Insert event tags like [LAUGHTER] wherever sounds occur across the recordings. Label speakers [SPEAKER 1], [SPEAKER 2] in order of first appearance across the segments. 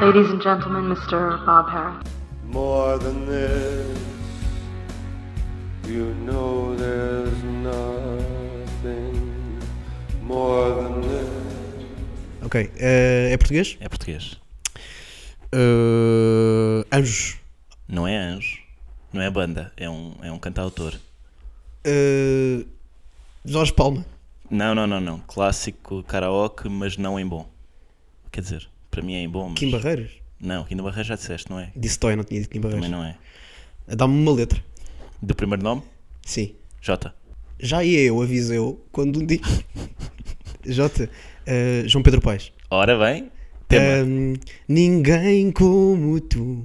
[SPEAKER 1] Ladies and gentlemen, Mr. Bob Harris.
[SPEAKER 2] More than this, you know there's nothing more than this.
[SPEAKER 3] Ok. eh, é português?
[SPEAKER 4] É português.
[SPEAKER 3] Eh, anjos.
[SPEAKER 4] Não é anjo. Não é banda. É um, é um cantautor.
[SPEAKER 3] Eh, Jorge Palma.
[SPEAKER 4] Não, não, não, não. Clássico karaoke, mas não em bom. Quer dizer, para mim é em bom, mas.
[SPEAKER 3] Kim Barreiros?
[SPEAKER 4] Não, Kim Barreira já disseste, não é?
[SPEAKER 3] Disse Toy, não tinha dito Kim
[SPEAKER 4] Também
[SPEAKER 3] Barreiros.
[SPEAKER 4] não é.
[SPEAKER 3] Dá-me uma letra.
[SPEAKER 4] Do primeiro nome?
[SPEAKER 3] Sim.
[SPEAKER 4] J.
[SPEAKER 3] Já ia eu, aviso eu, quando
[SPEAKER 4] [LAUGHS]
[SPEAKER 3] um dia. Jota. eh, João Pedro Paes.
[SPEAKER 4] Ora bem. Tema.
[SPEAKER 3] Ahm, ninguém como tu.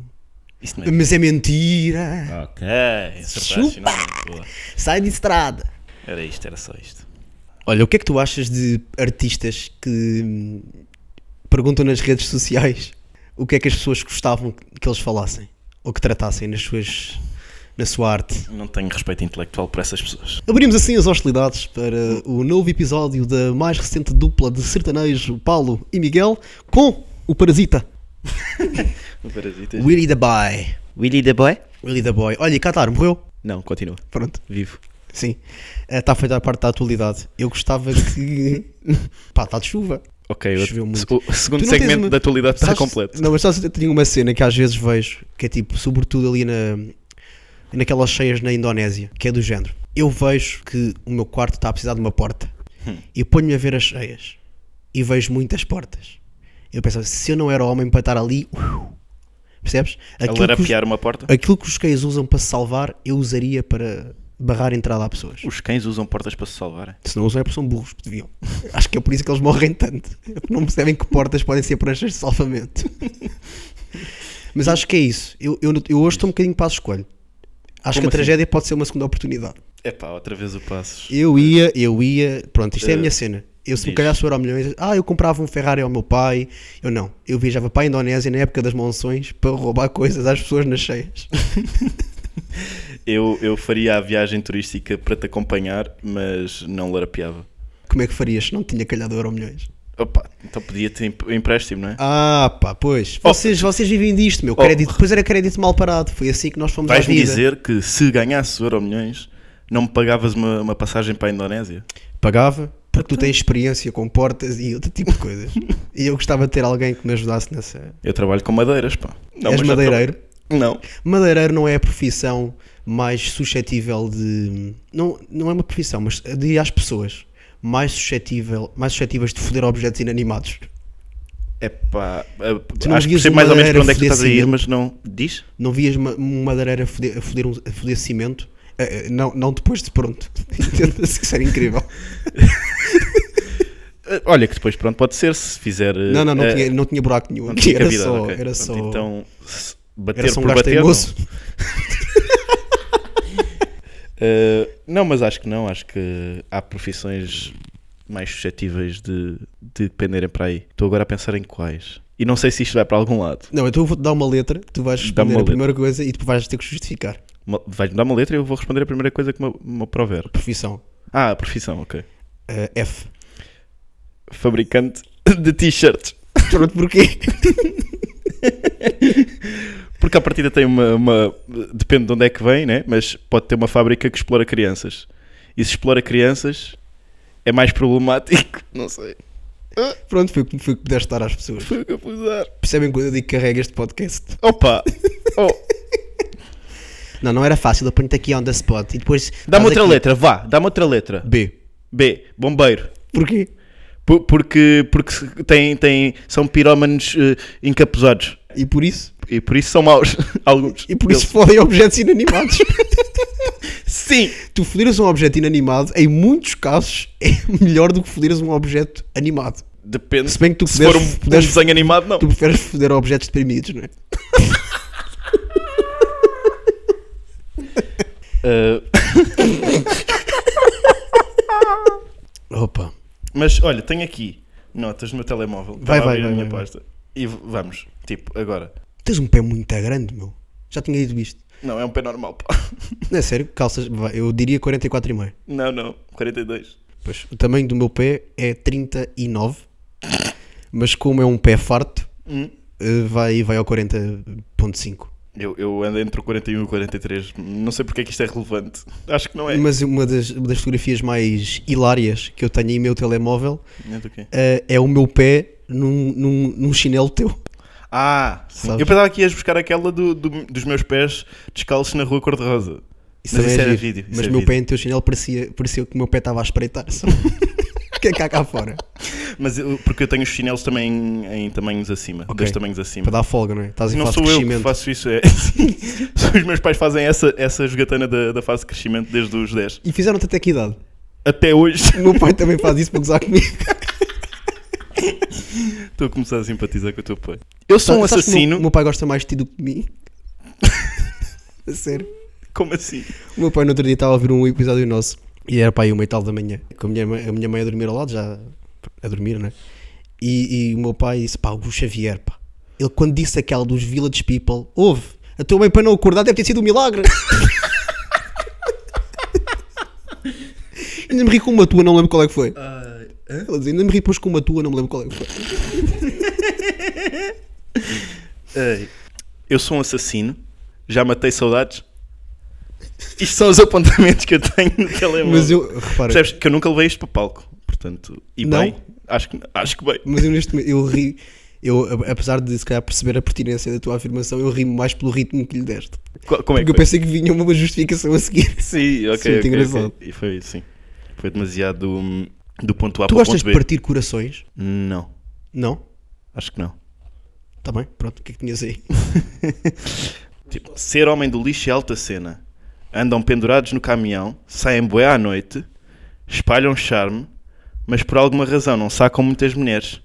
[SPEAKER 4] Isso não é.
[SPEAKER 3] Mas é mentira.
[SPEAKER 4] Ok, acertaste
[SPEAKER 3] Chupa!
[SPEAKER 4] finalmente. Boa.
[SPEAKER 3] Sai de estrada.
[SPEAKER 4] Era isto, era só isto.
[SPEAKER 3] Olha, o que é que tu achas de artistas que hum, perguntam nas redes sociais o que é que as pessoas gostavam que eles falassem ou que tratassem nas suas, na sua arte?
[SPEAKER 4] Não tenho respeito intelectual por essas pessoas.
[SPEAKER 3] Abrimos assim as hostilidades para o novo episódio da mais recente dupla de sertanejo Paulo e Miguel com o Parasita
[SPEAKER 5] O Parasita.
[SPEAKER 3] Willy the Boy.
[SPEAKER 5] Willy the Boy?
[SPEAKER 3] Willy the Boy. Olha, e Catar morreu.
[SPEAKER 5] Não, continua.
[SPEAKER 3] Pronto.
[SPEAKER 5] Vivo.
[SPEAKER 3] Sim, está feita a parte da atualidade. Eu gostava que. [LAUGHS] Pá, está de chuva.
[SPEAKER 5] Ok,
[SPEAKER 3] Choveu muito.
[SPEAKER 5] o segundo
[SPEAKER 3] Tu não tens
[SPEAKER 5] segmento
[SPEAKER 3] uma-
[SPEAKER 5] da atualidade está
[SPEAKER 4] Tá
[SPEAKER 3] Sabes-
[SPEAKER 5] completo.
[SPEAKER 3] Não, mas sabes, eu tenho uma cena que às vezes vejo, que é tipo, sobretudo ali na, naquelas cheias na Indonésia, que é do género. Eu vejo que o meu quarto está a precisar de uma porta e ponho-me a ver as cheias e vejo muitas portas. Eu pensava, se eu não era homem para estar ali, uiu, percebes?
[SPEAKER 4] A
[SPEAKER 3] que os,
[SPEAKER 4] larapear uma porta?
[SPEAKER 3] aquilo que os cães usam para se salvar, eu usaria para barrar a entrada a pessoas.
[SPEAKER 4] Os cães usam portas para se salvarem.
[SPEAKER 3] Se não usam é porque são burros, porque deviam. Acho que é por isso que eles morrem tanto. É porque Não percebem que portas podem ser pranchas de salvamento. Mas acho que é isso. Eu, eu, eu hoje estou um bocadinho para escolho. Acho que a
[SPEAKER 4] Como assim?
[SPEAKER 3] tragédia pode ser uma segunda oportunidade.
[SPEAKER 4] Epá, outra vez o Passos.
[SPEAKER 3] Eu ia, eu ia. Pronto, isto é a minha
[SPEAKER 4] Eh,
[SPEAKER 3] cena. Eu, se me
[SPEAKER 4] diz.
[SPEAKER 3] calhar sou euro milhões, ah, eu comprava um Ferrari ao meu pai. Eu não. Eu viajava para a Indonésia na época das monções para roubar coisas às pessoas nas cheias.
[SPEAKER 4] Eu, eu faria a viagem turística para te acompanhar, mas não larapeava.
[SPEAKER 3] Como é que farias se não tinha calhado euro milhões?
[SPEAKER 4] Opa, então podia ter emp- empréstimo, não é?
[SPEAKER 3] Ah, pá, pois.
[SPEAKER 4] Oh.
[SPEAKER 3] Vocês, vocês vivem disto, meu.
[SPEAKER 4] Oh.
[SPEAKER 3] Crédito, depois era crédito mal parado. Foi assim que nós fomos à
[SPEAKER 4] Vais-me
[SPEAKER 3] vida.
[SPEAKER 4] dizer que se ganhasse o Euro milhões, não me pagavas uma, uma passagem para a Indonésia?
[SPEAKER 3] Pagava, porque tu tens experiência com portas e outro tipo de
[SPEAKER 4] [LAUGHS]
[SPEAKER 3] coisas. e eu gostava de ter alguém que me ajudasse nessa.
[SPEAKER 4] Eu trabalho com madeiras, pá. Não,
[SPEAKER 3] És
[SPEAKER 4] mas já
[SPEAKER 3] madeireiro?
[SPEAKER 4] tra- Não.
[SPEAKER 3] Madeireiro não é a profissão mais suscetível de. Não, não é uma profissão, mas de às pessoas mais suscetível, mais suscetíveis de foder objetos inanimados.
[SPEAKER 4] É pá.
[SPEAKER 3] não
[SPEAKER 4] Acho que
[SPEAKER 3] guias
[SPEAKER 4] percebo
[SPEAKER 3] um
[SPEAKER 4] mais ou menos para
[SPEAKER 3] madeireiro
[SPEAKER 4] onde é que tu estás a ir,
[SPEAKER 3] fudecido?
[SPEAKER 4] mas não. Diz?
[SPEAKER 3] Não vias ma- um madeireiro a foder, a foder, um, a foder cimento? Eh, eh, Não, não depois de pronto. [LAUGHS] Entenda-se que isso era incrível.
[SPEAKER 4] Eh, Olha, que depois, pronto, pode ser se fizer. eh,
[SPEAKER 3] Não, não, não,
[SPEAKER 4] eh,
[SPEAKER 3] tinha, não tinha buraco nenhum.
[SPEAKER 4] não tinha
[SPEAKER 3] era
[SPEAKER 4] cavidade,
[SPEAKER 3] só.
[SPEAKER 4] ok.
[SPEAKER 3] Era
[SPEAKER 4] Pronto,
[SPEAKER 3] só.
[SPEAKER 4] Então, se bater
[SPEAKER 3] era só um
[SPEAKER 4] por
[SPEAKER 3] gajo
[SPEAKER 4] bater. Não.
[SPEAKER 3] teimoso.
[SPEAKER 4] Eh, não, mas acho que não. Acho que há profissões mais suscetíveis de, de penderem para aí. Estou agora a pensar em quais. E não sei se isto vai para algum lado.
[SPEAKER 3] Não, então eu vou-te dar uma letra, tu vais
[SPEAKER 4] Dá-me
[SPEAKER 3] responder a
[SPEAKER 4] uma
[SPEAKER 3] primeira coisa e tu vais ter que justificar.
[SPEAKER 4] Uma- Vais-me dar uma letra e eu vou responder a primeira coisa que me, me prover.
[SPEAKER 3] Profissão.
[SPEAKER 4] Ah, a profissão, ok.
[SPEAKER 3] Eh,
[SPEAKER 4] [LAUGHS]
[SPEAKER 3] F.
[SPEAKER 4] Fabricante de t-shirts.
[SPEAKER 3] Pronto, porquê?
[SPEAKER 4] Porque a partida tem uma, uma- Depende de onde é que vem, né? Mas pode ter uma fábrica que explora crianças. E se explora crianças, é mais problemático. [LAUGHS] Não sei.
[SPEAKER 3] Pronto, foi o que foi o que pudeste dar às pessoas.
[SPEAKER 4] Foi o que eu fui usar.
[SPEAKER 3] Percebem quando eu digo que carrega este podcast?
[SPEAKER 4] Opa! Oh,
[SPEAKER 3] Não, não era fácil, eu ponho-te aqui on the spot e depois. estás
[SPEAKER 4] dá-me outra
[SPEAKER 3] aqui.
[SPEAKER 4] letra, vá. Dá-me outra letra.
[SPEAKER 3] B.
[SPEAKER 4] B. Bombeiro.
[SPEAKER 3] Porquê?
[SPEAKER 4] Por- porque porque se- tem, tem, são pirómanos eh, encapuzados.
[SPEAKER 3] E por isso?
[SPEAKER 4] E por isso são maus. [LAUGHS] Alguns.
[SPEAKER 3] E por isso fodem objetos inanimados. [LAUGHS]
[SPEAKER 4] deles. [LAUGHS] Sim!
[SPEAKER 3] tu foderes um objeto inanimado, em muitos casos, é melhor do que foderes um objeto animado.
[SPEAKER 4] Depende.
[SPEAKER 3] Se bem que tu
[SPEAKER 4] Se for um,
[SPEAKER 3] puderes-
[SPEAKER 4] um
[SPEAKER 3] puderes-
[SPEAKER 4] desenho animado, não.
[SPEAKER 3] Tu preferes foder objetos deprimidos, não é?
[SPEAKER 4] Eh,
[SPEAKER 3] Opa.
[SPEAKER 4] Mas olha, tenho aqui notas no meu telemóvel.
[SPEAKER 3] Vai,
[SPEAKER 4] Estava a
[SPEAKER 3] vai,
[SPEAKER 4] abrir a
[SPEAKER 3] vai,
[SPEAKER 4] minha
[SPEAKER 3] vai, vai.
[SPEAKER 4] pasta. E v- vamos, tipo, agora.
[SPEAKER 3] Tens um pé muito grande, meu. Já tinha dito isto.
[SPEAKER 4] Não, é um pé normal, pá. [LAUGHS]
[SPEAKER 3] Não é sério, calças, vai, eu diria 44,5.
[SPEAKER 4] Não, não, 42.
[SPEAKER 3] Pois, o tamanho
[SPEAKER 4] Hum?
[SPEAKER 3] do meu pé é 39, mas como é um pé farto, eh, vai, vai ao 40.5.
[SPEAKER 4] Eu, eu ando entre o 41 e o 43. Não sei porque é que isto é relevante. Acho que não é.
[SPEAKER 3] Mas uma das, uma das fotografias mais hilárias que eu tenho em meu telemóvel
[SPEAKER 4] É do quê?
[SPEAKER 3] eh, é o meu pé num, num, num chinelo teu.
[SPEAKER 4] Ah, sim.
[SPEAKER 3] Sabes?
[SPEAKER 4] eu pensava que ias buscar aquela do- do- dos meus pés descalços na rua cor-de-rosa.
[SPEAKER 3] Isso
[SPEAKER 4] Mas
[SPEAKER 3] também
[SPEAKER 4] isso
[SPEAKER 3] é
[SPEAKER 4] era
[SPEAKER 3] giro.
[SPEAKER 4] vídeo, isso
[SPEAKER 3] Mas
[SPEAKER 4] era
[SPEAKER 3] o meu
[SPEAKER 4] vídeo.
[SPEAKER 3] pé em teu chinelo parecia, parecia que o meu pé estava a espreitar. sabe? O [LAUGHS] que é que há cá fora?
[SPEAKER 4] Mas eu- porque eu tenho os chinelos também em, em tamanhos acima.
[SPEAKER 3] Ok.
[SPEAKER 4] Dois tamanhos acima.
[SPEAKER 3] Para dar folga, não é? Estás em
[SPEAKER 4] Não
[SPEAKER 3] fase de
[SPEAKER 4] sou eu que
[SPEAKER 3] crescimento.
[SPEAKER 4] faço isso. É. [LAUGHS] Os meus pais fazem essa, essa jogatana da, da fase de crescimento desde os 10.
[SPEAKER 3] E fizeram-te até que idade?
[SPEAKER 4] Até hoje [LAUGHS]
[SPEAKER 3] O meu pai também faz isso para gozar comigo.
[SPEAKER 4] estou a começar a simpatizar com o teu pai. Eu sou um
[SPEAKER 3] Então, Sabes que o meu-
[SPEAKER 4] assassino.
[SPEAKER 3] O meu pai gosta mais de ti do que de mim. [LAUGHS] a sério.
[SPEAKER 4] Como assim?
[SPEAKER 3] O meu pai no outro dia estava a ouvir um episódio nosso e era para aí uma e tal da manhã, com a minha, mãe- a minha mãe a dormir ao lado, já a dormir, né? E, e o meu pai disse: pá, o Xavier, pá, ele quando disse aquela dos Village People, houve, a tua mãe para não acordar deve ter sido um milagre. [LAUGHS] Ainda me ri com uma tua, não me lembro qual é que foi. Ela dizia, ainda me ri depois com uma tua, não me lembro qual é que foi.
[SPEAKER 4] Ei, eu sou um assassino. Já matei saudades. Isto são os apontamentos que é eu tenho no telemóvel.
[SPEAKER 3] Mas eu, repara,
[SPEAKER 4] Percebes que eu nunca levei isto para palco. Portanto, e
[SPEAKER 3] Não?
[SPEAKER 4] bem, acho que, acho que bem.
[SPEAKER 3] Mas eu neste momento, eu ri, eu, a- apesar de se calhar perceber a pertinência da tua afirmação, eu ri mais pelo ritmo que lhe deste.
[SPEAKER 4] Co- Como é
[SPEAKER 3] porque
[SPEAKER 4] que
[SPEAKER 3] eu
[SPEAKER 4] foi?
[SPEAKER 3] pensei que vinha uma justificação a seguir.
[SPEAKER 4] Sim, ok.
[SPEAKER 3] Sim, muito
[SPEAKER 4] ok, ok.
[SPEAKER 3] engraçado.
[SPEAKER 4] E foi assim. Foi demasiado hum, do ponto A
[SPEAKER 3] tu
[SPEAKER 4] para o
[SPEAKER 3] gostas
[SPEAKER 4] ponto
[SPEAKER 3] de
[SPEAKER 4] B.
[SPEAKER 3] partir corações?
[SPEAKER 4] Não,
[SPEAKER 3] Não?
[SPEAKER 4] acho que não.
[SPEAKER 3] Tá bem, pronto, o que é que tinhas aí?
[SPEAKER 4] Tipo, ser homem do lixo é alta cena. Andam pendurados no caminhão, saem bué à noite, espalham charme, mas por alguma razão não sacam muitas mulheres.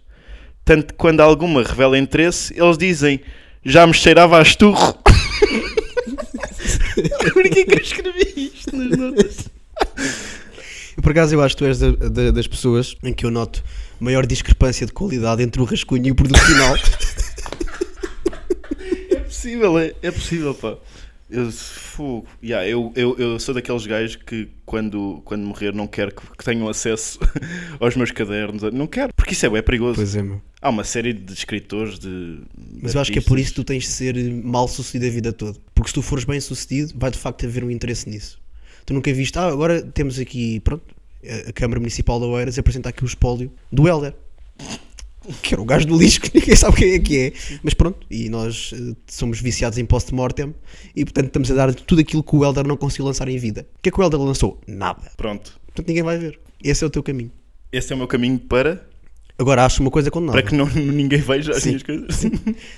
[SPEAKER 4] Tanto que quando alguma revela interesse, eles dizem já me cheirava
[SPEAKER 3] [LAUGHS]
[SPEAKER 4] a esturro. Por que que eu escrevi isto nas notas?
[SPEAKER 3] Eu, [LAUGHS] Por acaso eu acho que tu és da- da- das pessoas em que eu noto maior discrepância de qualidade entre o rascunho e o produto
[SPEAKER 4] [LAUGHS]
[SPEAKER 3] final.
[SPEAKER 4] É possível, é, é possível, pá. Eu, fogo. Yeah, eu, eu, eu sou daqueles gajos que quando, quando morrer não quero que, que tenham acesso [LAUGHS] aos meus cadernos. Não quero, porque isso é, bué perigoso.
[SPEAKER 3] pois é, meu.
[SPEAKER 4] Há uma série de escritores de.
[SPEAKER 3] Mas eu acho que é por isso que tu tens de ser mal sucedido a vida toda. Porque se tu fores bem sucedido, vai de facto haver um interesse nisso. Tu nunca viste, ah, agora temos aqui, pronto, a a Câmara Municipal de Oeiras apresenta aqui o espólio do Helder. Que era o gajo do lixo, [LAUGHS] que ninguém sabe quem é que é. Mas pronto, e nós eh, somos viciados em post-mortem e portanto estamos a dar tudo aquilo que o Helder não conseguiu lançar em vida. O que é que o Helder lançou? Nada.
[SPEAKER 4] Pronto.
[SPEAKER 3] Portanto ninguém vai ver. Esse é o teu caminho.
[SPEAKER 4] Esse é o meu caminho para,
[SPEAKER 3] Agora acho uma coisa condenável.
[SPEAKER 4] para que não, ninguém veja as
[SPEAKER 3] Ah, Sim.
[SPEAKER 4] minhas coisas.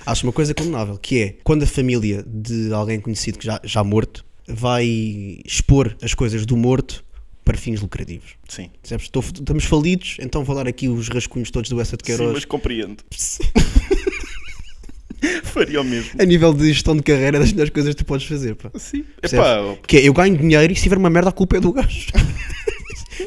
[SPEAKER 3] Acho uma coisa condenável, que é quando a família de alguém conhecido que já, já morto vai expor as coisas do morto para fins lucrativos.
[SPEAKER 4] Sim.
[SPEAKER 3] Percebes? Estou- estamos falidos, então vou dar aqui os rascunhos todos do Essa de
[SPEAKER 4] Sim,
[SPEAKER 3] Queiroz.
[SPEAKER 4] mas compreendo. [LAUGHS] Faria o mesmo.
[SPEAKER 3] A nível de gestão de carreira, [LAUGHS] é das melhores coisas que tu podes fazer. Pá.
[SPEAKER 4] Sim.
[SPEAKER 3] Percebes?
[SPEAKER 4] Epá,
[SPEAKER 3] Que é, eu ganho dinheiro e se tiver uma merda, a culpa é do
[SPEAKER 4] [LAUGHS]
[SPEAKER 3] gajo.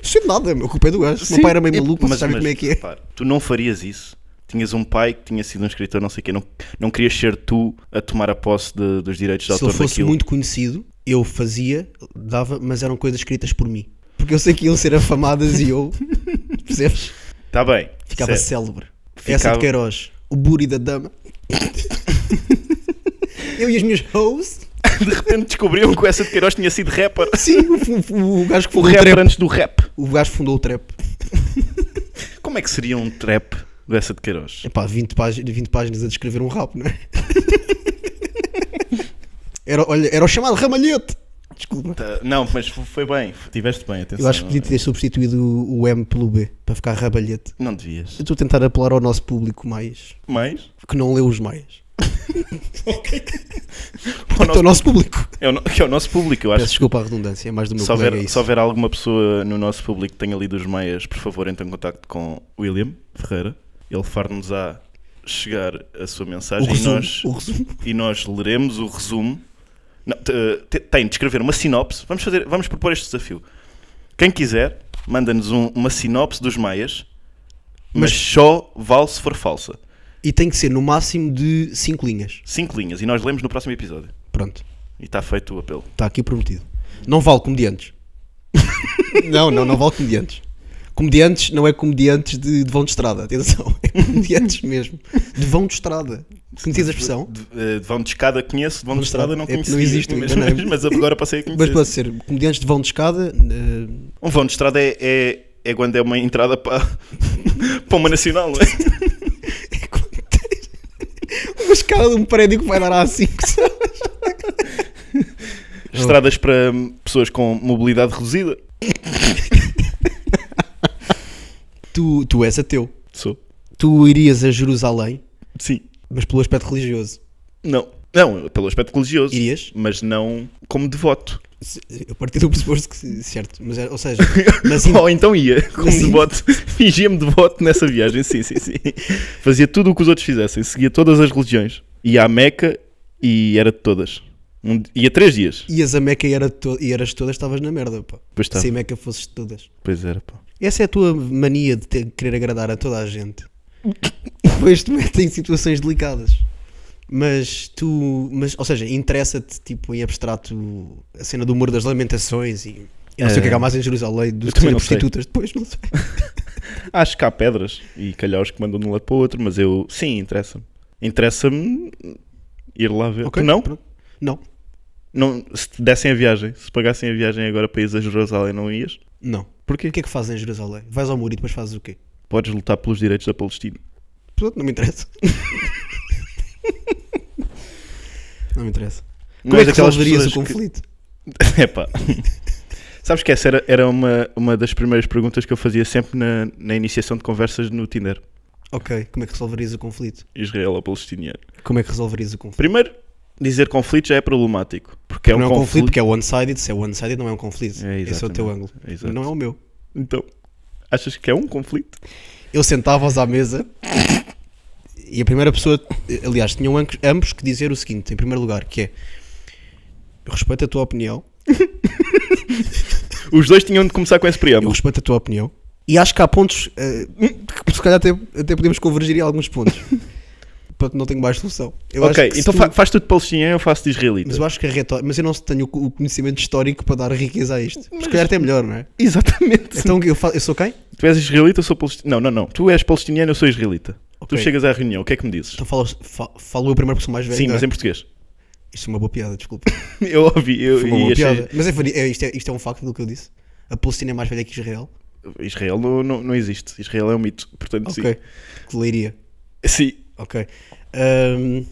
[SPEAKER 3] Sem nada, meu, a culpa é do gajo. O
[SPEAKER 4] Sim,
[SPEAKER 3] meu pai era meio
[SPEAKER 4] é-
[SPEAKER 3] maluco, mas sabe como é que é.
[SPEAKER 4] repara, tu não farias isso. Tinhas um pai que tinha sido um escritor, não sei o quê. Não, não querias ser tu a tomar a posse de- dos direitos de
[SPEAKER 3] Se ele
[SPEAKER 4] autor
[SPEAKER 3] fosse
[SPEAKER 4] daquilo.
[SPEAKER 3] muito conhecido, eu fazia, dava, mas eram coisas escritas por mim. Porque eu sei que iam ser afamadas e [LAUGHS] eu. Percebes?
[SPEAKER 4] Tá bem.
[SPEAKER 3] Ficava
[SPEAKER 4] certo.
[SPEAKER 3] célebre. Essa
[SPEAKER 4] Ficava-
[SPEAKER 3] de Queiroz, o Buri da
[SPEAKER 4] [LAUGHS]
[SPEAKER 3] Dama. eu e as minhas hoes.
[SPEAKER 4] [LAUGHS] De repente descobriam que o essa de Queiroz tinha sido rapper.
[SPEAKER 3] Sim, o, fu- o gajo que
[SPEAKER 4] O
[SPEAKER 3] fundou o,
[SPEAKER 4] rapper
[SPEAKER 3] Um trap.
[SPEAKER 4] antes do rap.
[SPEAKER 3] O gajo que fundou o trap.
[SPEAKER 4] Como é que seria um trap do essa de Queiroz?
[SPEAKER 3] Epá, 20, págin 20 páginas a descrever um rap,
[SPEAKER 4] [LAUGHS]
[SPEAKER 3] não é? Era, olha, era o chamado ramalhete. Desculpa.
[SPEAKER 4] Tá, Não, mas f- foi bem. Tiveste bem, atenção.
[SPEAKER 3] Eu acho que podia ter substituído o o M pelo B para ficar rabalhete.
[SPEAKER 4] Não devias.
[SPEAKER 3] Eu estou a tentar apelar ao nosso público mais
[SPEAKER 4] Mais?
[SPEAKER 3] que não leu os maias. [LAUGHS] Portanto, ao nosso público.
[SPEAKER 4] É o, no- que é o nosso público, eu
[SPEAKER 3] Peço
[SPEAKER 4] acho.
[SPEAKER 3] desculpa a redundância, é mais do meu
[SPEAKER 4] Se
[SPEAKER 3] colega
[SPEAKER 4] houver,
[SPEAKER 3] isso.
[SPEAKER 4] se houver alguma pessoa no nosso público que tenha lido os meias, por favor, entre em contato com William Ferreira. Ele far-nos a chegar a sua
[SPEAKER 3] o
[SPEAKER 4] mensagem e,
[SPEAKER 3] resumo,
[SPEAKER 4] nós,
[SPEAKER 3] o resumo.
[SPEAKER 4] e nós leremos o resumo. Não, te- te- tem de escrever uma sinopse. Vamos, fazer, vamos propor este desafio. Quem quiser, manda-nos um- uma sinopse dos meias, mas,
[SPEAKER 3] Mas-
[SPEAKER 4] só vale se for falsa.
[SPEAKER 3] E tem que ser no máximo de 5 linhas.
[SPEAKER 4] Cinco linhas e nós lemos no próximo episódio.
[SPEAKER 3] Pronto,
[SPEAKER 4] E está feito o apelo.
[SPEAKER 3] [LAUGHS] está aqui prometido. Não vale comediantes. não, não, não vale comediantes. Comediantes não é comediantes de, de vão de estrada, atenção. É
[SPEAKER 4] [LAUGHS]
[SPEAKER 3] comediantes mesmo. De vão de estrada. Conhecias a expressão?
[SPEAKER 4] De, eh, de vão de escada conheço, de vão de estrada não
[SPEAKER 3] É, não
[SPEAKER 4] conheço. [LAUGHS]
[SPEAKER 3] existe
[SPEAKER 4] mas,
[SPEAKER 3] ainda, não é?
[SPEAKER 4] mas agora passei a
[SPEAKER 3] Mas
[SPEAKER 4] conhecer.
[SPEAKER 3] pode ser comediantes de vão de escada. eh,
[SPEAKER 4] Um vão de estrada é, é, é quando é uma entrada para, [LAUGHS] para uma nacional, não [LAUGHS] é?
[SPEAKER 3] é quando tens uma escada de um prédio que vai dar a 5
[SPEAKER 4] Estradas para hum, pessoas com mobilidade reduzida.
[SPEAKER 3] tu, tu és ateu.
[SPEAKER 4] Sou.
[SPEAKER 3] Tu irias a Jerusalém,
[SPEAKER 4] Sim.
[SPEAKER 3] mas pelo aspecto religioso.
[SPEAKER 4] Não. Não, pelo aspecto religioso.
[SPEAKER 3] Irias?
[SPEAKER 4] Mas não como devoto.
[SPEAKER 3] Se- A partir do pressuposto que sim, certo. Mas, é- ou
[SPEAKER 4] [LAUGHS]
[SPEAKER 3] seja, mas in-
[SPEAKER 4] Ou então ia como
[SPEAKER 3] Assim.
[SPEAKER 4] devoto. [LAUGHS] Fingia-me devoto nessa viagem. Sim, sim, [LAUGHS] sim. Fazia tudo o que os outros fizessem. Seguia todas as religiões. Ia à Meca e era de todas. Um, ia três dias.
[SPEAKER 3] ias a Meca e, era de to- e eras de todas, estavas na merda, pá.
[SPEAKER 4] Pois tá.
[SPEAKER 3] Se a Meca fosses de todas.
[SPEAKER 4] Pois era, pá.
[SPEAKER 3] Essa é a tua mania de ter- querer agradar a toda a gente. Tipo, Depois te metem em situações delicadas. Mas tu, mas, ou seja, interessa-te tipo em abstrato a cena do Muro das Lamentações e, e não sei o que é que há mais em Jerusalém dos
[SPEAKER 4] Eu
[SPEAKER 3] que
[SPEAKER 4] também
[SPEAKER 3] são
[SPEAKER 4] não sei.
[SPEAKER 3] prostitutas. Depois não sei.
[SPEAKER 4] Acho que há pedras e calhaus que mandam de um lado para o outro, mas eu. Sim, interessa-me. Interessa-me ir lá ver.
[SPEAKER 3] Ok,
[SPEAKER 4] Tu não?
[SPEAKER 3] pronto. Não,
[SPEAKER 4] não? Se te dessem a viagem, se pagassem a viagem agora para ires a Jerusalém, não ias?
[SPEAKER 3] não.
[SPEAKER 4] Porquê?
[SPEAKER 3] O que é que fazes em Jerusalém? Vais ao muro e depois fazes o quê?
[SPEAKER 4] Podes lutar pelos direitos da Palestina.
[SPEAKER 3] Pronto, não me [LAUGHS] interessa. não me interessa. Como
[SPEAKER 4] Mas
[SPEAKER 3] é que
[SPEAKER 4] daquelas
[SPEAKER 3] resolverias o
[SPEAKER 4] pessoas que-
[SPEAKER 3] conflito?
[SPEAKER 4] [LAUGHS] Epá. Sabes que essa era, era uma, uma das primeiras perguntas que eu fazia sempre na, na iniciação de conversas no Tinder.
[SPEAKER 3] Ok, como é que resolverias o conflito?
[SPEAKER 4] Israel ou palestiniano?
[SPEAKER 3] Como é que resolverias o conflito?
[SPEAKER 4] Primeiro, dizer conflito já é problemático. Porque é um
[SPEAKER 3] não é um conflito
[SPEAKER 4] conflito.
[SPEAKER 3] porque é one-sided, se é one-sided não é um conflito.
[SPEAKER 4] É,
[SPEAKER 3] Esse é o teu ângulo.
[SPEAKER 4] exatamente. Exato.
[SPEAKER 3] Não é o meu.
[SPEAKER 4] Então, achas que é um conflito?
[SPEAKER 3] Eu sentava-os à mesa e a primeira pessoa, aliás, tinham ambos- ambos que dizer o seguinte, em primeiro lugar, que é eu respeito a tua opinião,
[SPEAKER 4] Os dois tinham de começar com esse
[SPEAKER 3] eu
[SPEAKER 4] preâmbulo.
[SPEAKER 3] respeito a tua opinião e acho que há pontos eh, que se calhar até, até podemos convergir em alguns
[SPEAKER 4] [LAUGHS]
[SPEAKER 3] pontos. Porque não tenho mais solução. Eu acho
[SPEAKER 4] ok,
[SPEAKER 3] que se
[SPEAKER 4] então
[SPEAKER 3] tu-
[SPEAKER 4] fa- faz tu de palestiniano eu faço de israelita.
[SPEAKER 3] Mas eu acho que a retórica. Mas eu não tenho o o conhecimento histórico para dar riqueza a isto. Mas... Se calhar até melhor, não é?
[SPEAKER 4] Exatamente.
[SPEAKER 3] Então eu, fa- eu sou quem?
[SPEAKER 4] [LAUGHS] Tu és israelita, eu sou palestiniano. Não, não, não. Tu és palestiniano, eu sou israelita.
[SPEAKER 3] Ok.
[SPEAKER 4] Tu chegas à reunião, o que é que me dizes?
[SPEAKER 3] Então falo, fa- falo eu primeiro porque sou mais velho.
[SPEAKER 4] Sim,
[SPEAKER 3] não é?
[SPEAKER 4] mas em português. [LAUGHS]
[SPEAKER 3] Isto é uma boa piada, desculpa.
[SPEAKER 4] Eu ouvi, eu
[SPEAKER 3] Foi uma boa
[SPEAKER 4] e achei-
[SPEAKER 3] piada. Mas é, faria- é- isto, é, isto é um facto do que eu disse. A Palestina é mais velha que Israel.
[SPEAKER 4] Israel não, não, não existe. Israel é um mito. Portanto,
[SPEAKER 3] Ok. Que leiria.
[SPEAKER 4] sim. Sim.
[SPEAKER 3] Ok. Ahm,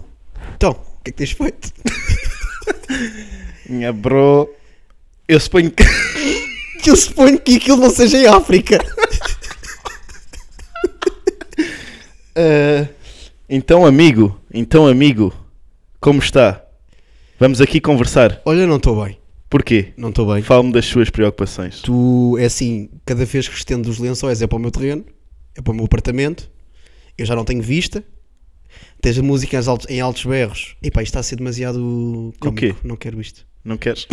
[SPEAKER 3] então, o que é que tens feito? [LAUGHS]
[SPEAKER 4] Minha bro. Eu suponho que.
[SPEAKER 3] Que eu suponho que aquilo não seja em África.
[SPEAKER 4] Ah, então, amigo, então, amigo, como está? Vamos aqui conversar.
[SPEAKER 3] Olha, não estou bem.
[SPEAKER 4] Porquê?
[SPEAKER 3] Não estou bem.
[SPEAKER 4] Fala-me das suas preocupações.
[SPEAKER 3] Tu, é assim, cada vez que estendo os lençóis é para o meu terreno, é para o meu apartamento, eu já não tenho vista, tens a música em altos, em altos berros. Epá, isto está a ser demasiado cómico,
[SPEAKER 4] quê?
[SPEAKER 3] não quero
[SPEAKER 4] [LAUGHS]
[SPEAKER 3] isto. [LAUGHS]
[SPEAKER 4] Não queres?